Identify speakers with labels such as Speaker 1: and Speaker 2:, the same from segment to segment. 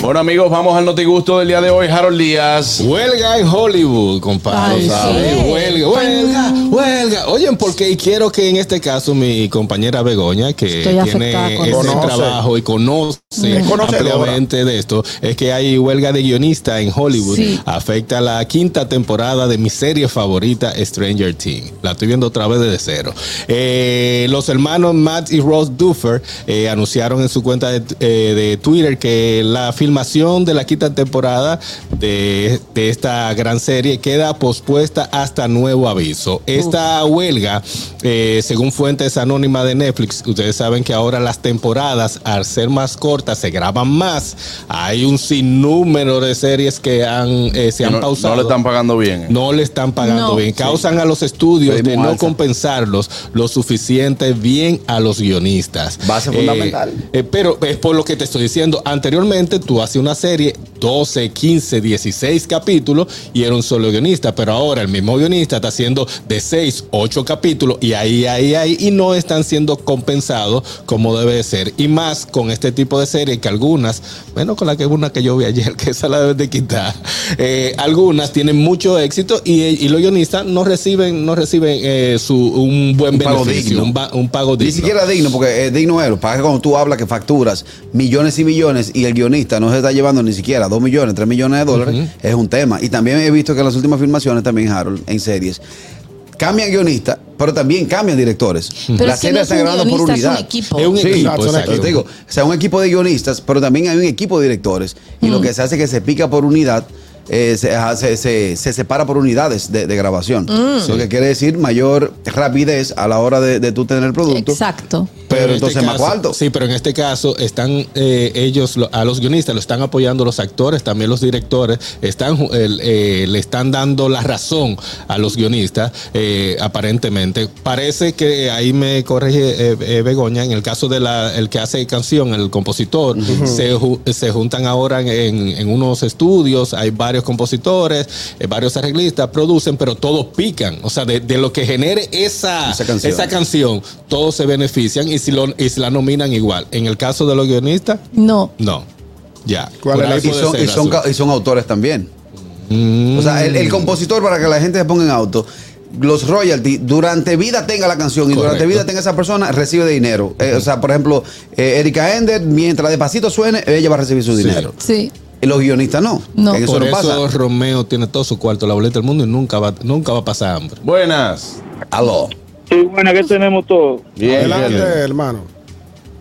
Speaker 1: Bueno, amigos, vamos al notigusto del día de hoy, Harold Díaz.
Speaker 2: Huelga en Hollywood, compadre.
Speaker 3: Ay,
Speaker 2: ¿sabes?
Speaker 3: sí.
Speaker 2: Huelga, huelga, huelga. Oye, porque quiero que en este caso mi compañera Begoña, que
Speaker 3: Estoy afectada
Speaker 2: tiene ese
Speaker 3: con eso. Mm.
Speaker 1: Conoce.
Speaker 2: trabajo y conoce
Speaker 1: conocedora.
Speaker 2: ampliamente de esto, es que hay huelga de guionista en Hollywood.
Speaker 3: Sí.
Speaker 2: Afecta a la quinta temporada de mi serie favorita, Stranger Things. La estoy viendo otra vez desde cero. Eh, los hermanos Matt y Ross Duffer eh, anunciaron en su cuenta de, eh, de Twitter que la filmación de la quinta temporada de, de esta gran serie queda pospuesta hasta nuevo aviso. Esta huelga, eh, según fuentes anónimas de Netflix, ustedes saben que ahora las temporadas, al ser más cortas, se graban más. Hay un sinnúmero de series que han, eh, se
Speaker 1: Que
Speaker 2: han
Speaker 1: no,
Speaker 2: pausado
Speaker 1: no le están pagando bien. eh.
Speaker 2: no le están pagando
Speaker 3: No.
Speaker 2: bien. Causan a los estudios
Speaker 1: Pedimos
Speaker 2: de no
Speaker 1: alza.
Speaker 2: compensarlos lo suficiente bien a los guionistas.
Speaker 4: Base fundamental.
Speaker 2: eh, pero es por lo que te estoy diciendo. Anteriormente tú hacías una serie, 12, 15, 16 capítulos y era un solo guionista. Pero ahora el mismo guionista está haciendo de 6, 8 capítulos y ahí, ahí, ahí. Y no están siendo compensados como debe de ser. Y más con este tipo de serie que algunas, menos con la que una que yo vi ayer, que esa la debes de quitar. Eh, algunas tienen mucho éxito y, y los guionistas no reciben, no reciben eh, su, un buen
Speaker 4: Un pago
Speaker 2: beneficio,
Speaker 4: digno.
Speaker 2: Un, ba- un pago digno.
Speaker 4: Ni siquiera digno, porque eh, digno es, pasa que cuando tú hablas que facturas millones y millones y el guionista no se está llevando ni siquiera dos millones, tres millones de dólares, es un tema. Y también he visto que en las últimas filmaciones también, Harold, en series, cambian guionistas, pero también cambian directores.
Speaker 3: Pero
Speaker 4: la
Speaker 3: es que no
Speaker 4: serie
Speaker 3: es
Speaker 4: está
Speaker 3: un
Speaker 4: grabando por
Speaker 3: guionista, es un
Speaker 4: unidad.
Speaker 3: equipo.
Speaker 2: Es un
Speaker 4: Sí,
Speaker 2: equipo,
Speaker 4: exacto,
Speaker 2: pues, exacto.
Speaker 4: te digo, o sea, un equipo de guionistas, pero también hay un equipo de directores. Y lo que se hace es que se pica por unidad, eh, se, ajá, se- se- se separa por unidades de, de grabación. Lo que quiere decir mayor rapidez a la hora de, de tú tener el producto.
Speaker 3: Exacto.
Speaker 4: Pero
Speaker 2: en
Speaker 4: entonces
Speaker 2: este
Speaker 4: más
Speaker 2: caso-
Speaker 4: alto.
Speaker 2: Sí, pero en este caso están eh, ellos, lo- a los guionistas, lo están apoyando los actores, también los directores, están, ju- el, eh, le están dando la razón a los guionistas, eh, aparentemente. Parece que ahí me corrige eh, eh, Begoña, en el caso de la, el que hace canción, el compositor, se, ju- se juntan ahora en, en- en unos estudios, hay varios compositores, eh, varios arreglistas, producen, pero todos pican. O sea, de, de lo que genere esa,
Speaker 4: Esa canción.
Speaker 2: esa canción, todos se benefician y si, lo- y si la nominan igual. En el caso de los guionistas,
Speaker 3: No.
Speaker 2: no. Ya.
Speaker 1: ¿Cuál
Speaker 2: Por
Speaker 1: es la-
Speaker 2: ahí
Speaker 4: Y
Speaker 2: puede
Speaker 4: son,
Speaker 2: ser
Speaker 4: y son
Speaker 2: azul.
Speaker 4: ca- y son autores también. O sea, el, el
Speaker 2: Mm.
Speaker 4: compositor, para que la gente se ponga en auto, los royalties, durante vida tenga la canción y durante
Speaker 2: Correcto.
Speaker 4: vida tenga esa persona, recibe de dinero. Eh, o sea, por ejemplo, eh, Erika Ender, mientras Despacito suene, ella va a recibir su
Speaker 2: Sí.
Speaker 4: dinero.
Speaker 3: Sí.
Speaker 4: Y los guionistas no.
Speaker 3: No.
Speaker 4: En eso
Speaker 2: Por
Speaker 4: no pasa.
Speaker 2: eso Romeo tiene todo su cuarto, la boleta del mundo y nunca va, nunca va a pasar hambre.
Speaker 1: Buenas.
Speaker 4: Aló.
Speaker 5: Sí, bueno, que tenemos todo.
Speaker 6: Adelante,
Speaker 1: bien.
Speaker 6: hermano.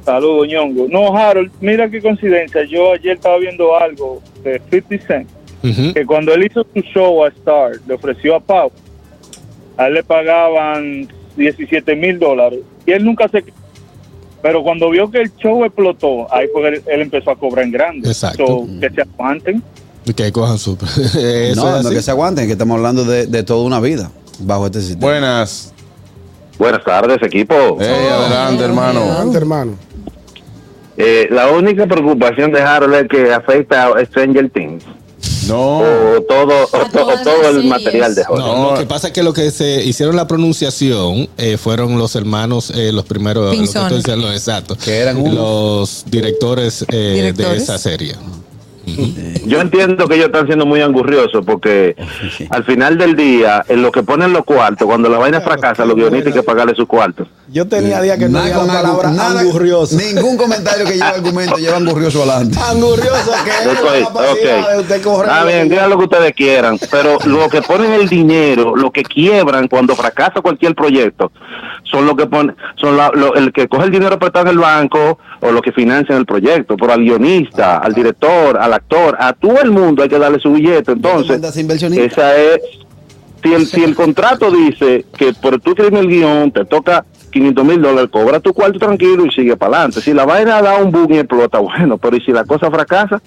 Speaker 5: Saludos, ñongo. No, Harold, mira qué coincidencia. Yo ayer estaba viendo algo de 50 Cent,
Speaker 2: Ujú.
Speaker 5: que cuando él hizo su show a Star, le ofreció a Pau, a él le pagaban 17 mil dólares y él nunca se... Pero cuando vio que el show explotó, ahí fue que él, él empezó a cobrar en grande.
Speaker 2: Exacto.
Speaker 5: So, que se aguanten.
Speaker 2: Y Que cojan su. Eso
Speaker 4: no,
Speaker 2: es
Speaker 4: no
Speaker 2: así.
Speaker 4: que se aguanten, que estamos hablando de, de toda una vida bajo este sistema.
Speaker 1: Buenas.
Speaker 7: Buenas tardes, equipo.
Speaker 1: Ey,
Speaker 3: Oh,
Speaker 1: adelante,
Speaker 3: Dios
Speaker 1: hermano.
Speaker 3: mío.
Speaker 6: Adelante, hermano.
Speaker 7: Eh, la única preocupación de Harold es que afecta a Stranger Things
Speaker 1: No.
Speaker 7: o todo, o
Speaker 3: A
Speaker 7: to-
Speaker 3: todas
Speaker 7: o todo
Speaker 3: las
Speaker 7: el
Speaker 3: series.
Speaker 7: material de Harold.
Speaker 2: No,
Speaker 1: No.
Speaker 2: lo que pasa es que lo que se hicieron la pronunciación eh, fueron los hermanos, eh, los primeros, lo que
Speaker 3: Pinzón.
Speaker 2: estoy diciendo, exacto,
Speaker 4: Que eran unos-
Speaker 2: los directores, eh, de
Speaker 3: Directores.
Speaker 2: esa serie.
Speaker 7: Yo entiendo que ellos están siendo muy angurriosos porque al final del día, en lo que ponen los cuartos, cuando la vaina fracasa, los guionistas hay que pagarle sus cuartos.
Speaker 6: Yo tenía días que no
Speaker 4: Nada
Speaker 6: había la
Speaker 4: con
Speaker 6: palabra
Speaker 4: algo- nada-
Speaker 6: angurrioso.
Speaker 4: Ningún comentario que lleve argumento lleva angurrioso adelante.
Speaker 6: Angurrioso que es
Speaker 7: Ok,
Speaker 6: la capacidad
Speaker 7: ok.
Speaker 6: de usted correr.
Speaker 7: Está bien, digan lo que ustedes quieran, pero lo que ponen el dinero, lo que quiebran cuando fracasa cualquier proyecto, son lo que ponen, son la- lo- el que coge el dinero prestado en el banco o lo que financian el proyecto, pero al guionista, al director, al actor, a todo el mundo hay que darle su billete, entonces
Speaker 4: mandas inversionista.
Speaker 7: esa es si el, si el contrato dice que por tú escribir el guión te toca 500 mil dólares, cobra tu cuarto tranquilo y sigue para adelante. Si la vaina da un boom y explota, bueno, pero ¿y si la cosa fracasa?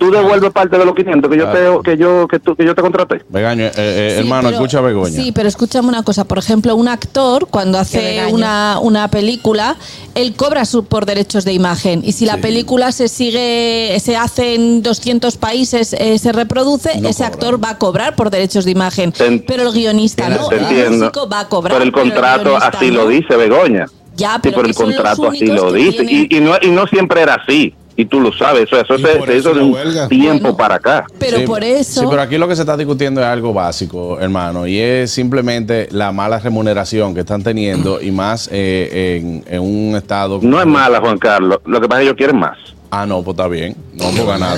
Speaker 7: Tú devuelves parte de los 500 que yo
Speaker 1: Claro.
Speaker 7: te que yo que tú, que yo te contraté.
Speaker 1: Vegaño, eh, eh,
Speaker 3: Sí,
Speaker 1: hermano,
Speaker 3: pero-
Speaker 1: escucha a Begoña.
Speaker 3: Sí, pero escúchame una cosa. Por ejemplo, un actor, cuando hace
Speaker 8: regaño.
Speaker 3: una, una película, él cobra su, por derechos de imagen. Y si la película se sigue, se hace en 200 países, eh, se reproduce,
Speaker 4: No
Speaker 3: ese
Speaker 4: cobra.
Speaker 3: actor va a cobrar por derechos de imagen.
Speaker 7: Te en-
Speaker 3: pero el guionista
Speaker 4: Te
Speaker 3: no.
Speaker 7: Te
Speaker 3: El
Speaker 7: entiendo.
Speaker 3: músico va a cobrar.
Speaker 7: pero el contrato
Speaker 3: guionista
Speaker 7: así
Speaker 3: no.
Speaker 7: lo dice Begoña.
Speaker 3: Ya,
Speaker 7: Sí,
Speaker 3: pero,
Speaker 7: pero
Speaker 3: que
Speaker 7: el
Speaker 3: son los
Speaker 7: contrato así
Speaker 3: únicos
Speaker 7: lo
Speaker 3: que
Speaker 7: dice.
Speaker 3: tienen-
Speaker 7: Y, y no, y no siempre era así. Y tú lo sabes. Eso, eso
Speaker 2: Y
Speaker 7: se,
Speaker 2: por
Speaker 7: se
Speaker 2: eso
Speaker 7: hizo de
Speaker 2: la
Speaker 7: un
Speaker 2: huelga.
Speaker 7: tiempo
Speaker 3: Bueno.
Speaker 7: para acá.
Speaker 3: Pero
Speaker 1: Sí,
Speaker 3: por eso.
Speaker 1: Sí, pero aquí lo que se está discutiendo es algo básico, hermano, y es simplemente la mala remuneración que están teniendo y más eh, en, en un estado.
Speaker 7: No es mala, Juan Carlos. Lo que pasa es que ellos quieren más.
Speaker 1: Ah, no, pues está bien. No hemos ganado.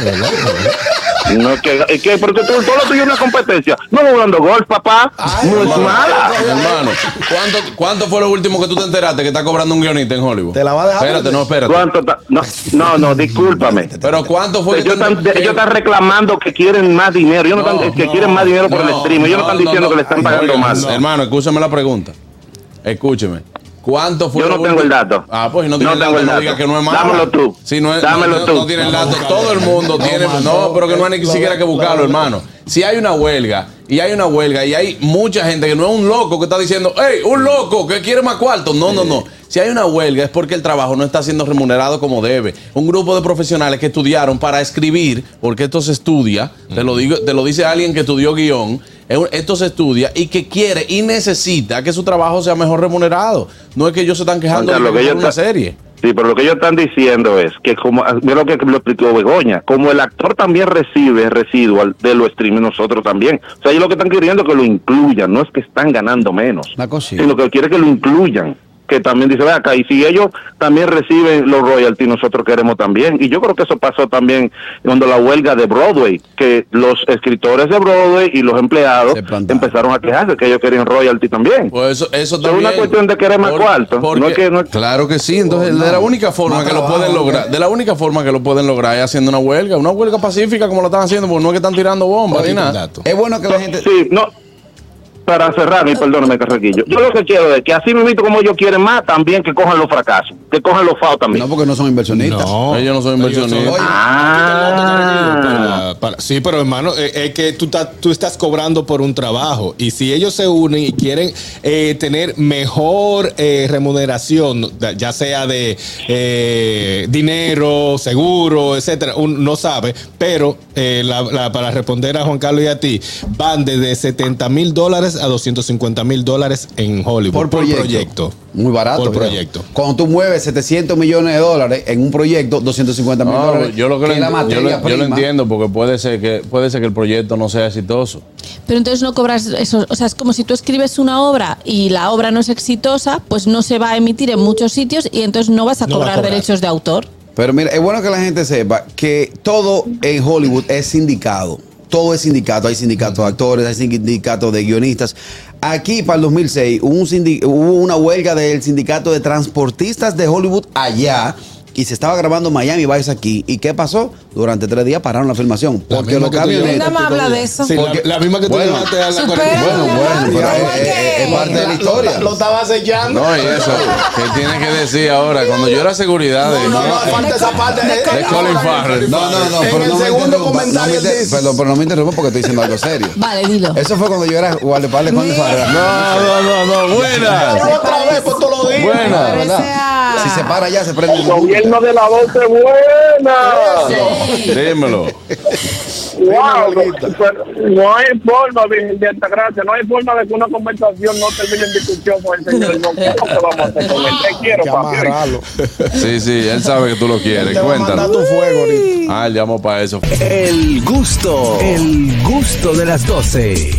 Speaker 7: No es que, es que porque tú- todo lo tuyo es una competencia. No jugando golf, papá.
Speaker 1: Ah,
Speaker 7: no es mala.
Speaker 1: Hermano, ¿cuánto, ¿cuánto fue lo último que tú te enteraste que está cobrando un guionista en Hollywood?
Speaker 6: Te la va a dejar
Speaker 1: Espérate,
Speaker 6: perder.
Speaker 1: no, espérate.
Speaker 7: ¿Cuánto ta- no, no, no, discúlpame.
Speaker 1: Pero ¿cuánto fue
Speaker 7: Ellos
Speaker 1: que
Speaker 7: están,
Speaker 1: te-
Speaker 7: ellos están reclamando que quieren más dinero. Ellos no,
Speaker 1: No,
Speaker 7: están, que
Speaker 1: no,
Speaker 7: quieren más dinero por el
Speaker 1: no,
Speaker 7: stream. Ellos no,
Speaker 1: no,
Speaker 7: están diciendo
Speaker 1: no,
Speaker 7: que le están
Speaker 1: no.
Speaker 7: pagando
Speaker 1: Oigan,
Speaker 7: más.
Speaker 1: Hermano, escúchame la pregunta. Escúcheme. ¿Cuánto fue?
Speaker 7: Yo
Speaker 1: lo
Speaker 7: no tengo
Speaker 1: último?
Speaker 7: el dato.
Speaker 1: Ah, pues si no
Speaker 7: No
Speaker 1: tienes el
Speaker 7: tengo
Speaker 1: dato,
Speaker 7: el
Speaker 1: no
Speaker 7: dato.
Speaker 1: digas que no es malo.
Speaker 7: Dámelo tú.
Speaker 1: Si no es,
Speaker 7: Dámelo
Speaker 1: no,
Speaker 7: tú.
Speaker 1: No tienes el dato. Todo el mundo tiene.
Speaker 6: mano,
Speaker 1: No, pero que no hay ni
Speaker 6: lo-
Speaker 1: siquiera que
Speaker 6: lo-
Speaker 1: buscarlo, hermano. Si hay una huelga y hay una huelga y hay mucha gente que no es un loco que está diciendo, hey, un loco que quiere más cuarto. No, no, no. Si hay una huelga es porque el trabajo no está siendo remunerado como debe. Un grupo de profesionales que estudiaron para escribir, porque esto se estudia, te lo digo, te lo dice alguien que estudió guión, es un- esto se estudia y que quiere y necesita que su trabajo sea mejor remunerado. No es que ellos se están quejando de
Speaker 7: Juan Carlos,
Speaker 1: que
Speaker 7: que
Speaker 1: es
Speaker 7: ellos
Speaker 1: una
Speaker 7: están-
Speaker 1: serie.
Speaker 7: Sí, pero lo que ellos están diciendo es que, como mira lo que lo explicó Begoña, como el actor también recibe residual de los streaming, nosotros también. O sea, ellos lo que están queriendo es que lo incluyan, no es que están ganando menos,
Speaker 4: Una cosita.
Speaker 7: sino que quiere que lo incluyan. Que también dice, "Ve acá, y si ellos también reciben los royalties, nosotros queremos también. Y yo creo que eso pasó también cuando la huelga de Broadway, que los escritores de Broadway y los empleados
Speaker 4: Se plantaron.
Speaker 7: empezaron a quejarse que ellos querían royalty también.
Speaker 1: Pues eso, eso
Speaker 7: Es
Speaker 1: también.
Speaker 7: una cuestión de querer más cuarto. No es que- no es-
Speaker 1: Claro que sí. Entonces,
Speaker 4: No,
Speaker 1: de la única forma
Speaker 4: más
Speaker 1: que lo
Speaker 4: trabajo,
Speaker 1: pueden
Speaker 4: ¿no?
Speaker 1: lograr, de la única forma que lo pueden lograr es haciendo una huelga, una huelga pacífica como lo están haciendo, porque no es que están tirando bombas ni nada.
Speaker 2: Dato.
Speaker 4: Es bueno que la gente.
Speaker 7: Sí, no. Para cerrar, y perdóname, Carraquillo. Yo lo que quiero es que así mismo como ellos quieren más, también que cojan los fracasos, que cojan los FAO también.
Speaker 4: No, porque no son inversionistas.
Speaker 2: No,
Speaker 1: Ellos no son inversionistas.
Speaker 4: Oye,
Speaker 7: ah,
Speaker 2: Para- para- sí, pero hermano, eh, es que tú, ta- tú estás cobrando por un trabajo y si ellos se unen y quieren eh, tener mejor eh, remuneración, da- ya sea de eh, dinero, seguro, etcétera, un- no sabe, pero eh, la- la- para responder a Juan Carlos y a ti, van desde 70 mil dólares a 250 mil dólares en Hollywood
Speaker 4: por proyecto. Muy barato.
Speaker 2: Por
Speaker 4: creo.
Speaker 2: proyecto.
Speaker 4: Cuando tú mueves 700 millones de dólares en un proyecto, 250 mil
Speaker 1: No,
Speaker 4: dólares.
Speaker 1: yo lo que lo
Speaker 4: es la
Speaker 1: enti- yo
Speaker 4: materia
Speaker 1: lo- yo lo
Speaker 4: prima.
Speaker 1: entiendo porque puede ser que puede ser que el proyecto no sea exitoso.
Speaker 3: Pero entonces no cobras eso. O sea, es como si tú escribes una obra y la obra no es exitosa, pues no se va a emitir en muchos sitios y entonces no vas a,
Speaker 2: No va a
Speaker 3: cobrar,
Speaker 2: cobrar.
Speaker 3: derechos de autor.
Speaker 4: Pero mira, es bueno que la gente sepa que todo en Hollywood es sindicado. Todo es sindicato. Hay sindicatos de actores, hay sindicatos de guionistas. Aquí para el 2006 hubo, un sindi- hubo una huelga del sindicato de transportistas de Hollywood allá. Y se estaba grabando Miami Vice aquí. ¿Y qué pasó? Durante tres días pararon la filmación.
Speaker 2: La
Speaker 4: Porque
Speaker 2: misma
Speaker 4: los
Speaker 2: que tú
Speaker 4: camionetas.
Speaker 2: llevaste
Speaker 8: Nada más habla de eso.
Speaker 2: Sí,
Speaker 4: Porque-
Speaker 2: este la, la misma que tú
Speaker 1: Bueno.
Speaker 2: llevaste a la
Speaker 8: Supera,
Speaker 2: cuarentena.
Speaker 8: mi amor.
Speaker 4: pero
Speaker 8: ¿Cómo
Speaker 4: es- es- es parte de la historia.
Speaker 6: Lo, estaba sellando.
Speaker 1: No, y eso, ¿qué tiene que decir ahora? Cuando yo era seguridad de,
Speaker 6: No, no, no, falta esa parte. Eh,
Speaker 1: de Colin Farrell.
Speaker 4: No, no, no.
Speaker 6: En
Speaker 4: pero
Speaker 6: el
Speaker 4: no me
Speaker 6: segundo
Speaker 4: interrumpa,
Speaker 6: comentario
Speaker 4: no me inter-
Speaker 6: dice-
Speaker 4: Perdón, pero no me interrumpa porque estoy diciendo algo serio.
Speaker 3: Vale, dilo.
Speaker 4: Eso fue cuando yo era guardaespaldas con el Farrell.
Speaker 1: No, no, no, no, buenas.
Speaker 6: Pero otra vez, por todos los días.
Speaker 1: Buenas.
Speaker 4: ¿verdad?
Speaker 8: Parece a-
Speaker 4: Si se para ya, se prende
Speaker 5: El
Speaker 4: el
Speaker 5: gobierno de la voz es buena.
Speaker 1: Dímelo.
Speaker 5: Wow, pero no hay forma, Virgen de Altagracia, no hay forma de que una conversación no termine en discusión con el señor. No quiero que vamos a hacer con él. Te quiero,
Speaker 6: Hay que
Speaker 5: papi.
Speaker 6: amarrarlo.
Speaker 1: Sí, sí, él sabe que tú lo quieres.
Speaker 6: Te va a mandar
Speaker 1: Cuéntalo.
Speaker 6: tu fuego ahorita.
Speaker 1: Ah, él llamó para eso.
Speaker 9: El gusto, el gusto de las 12.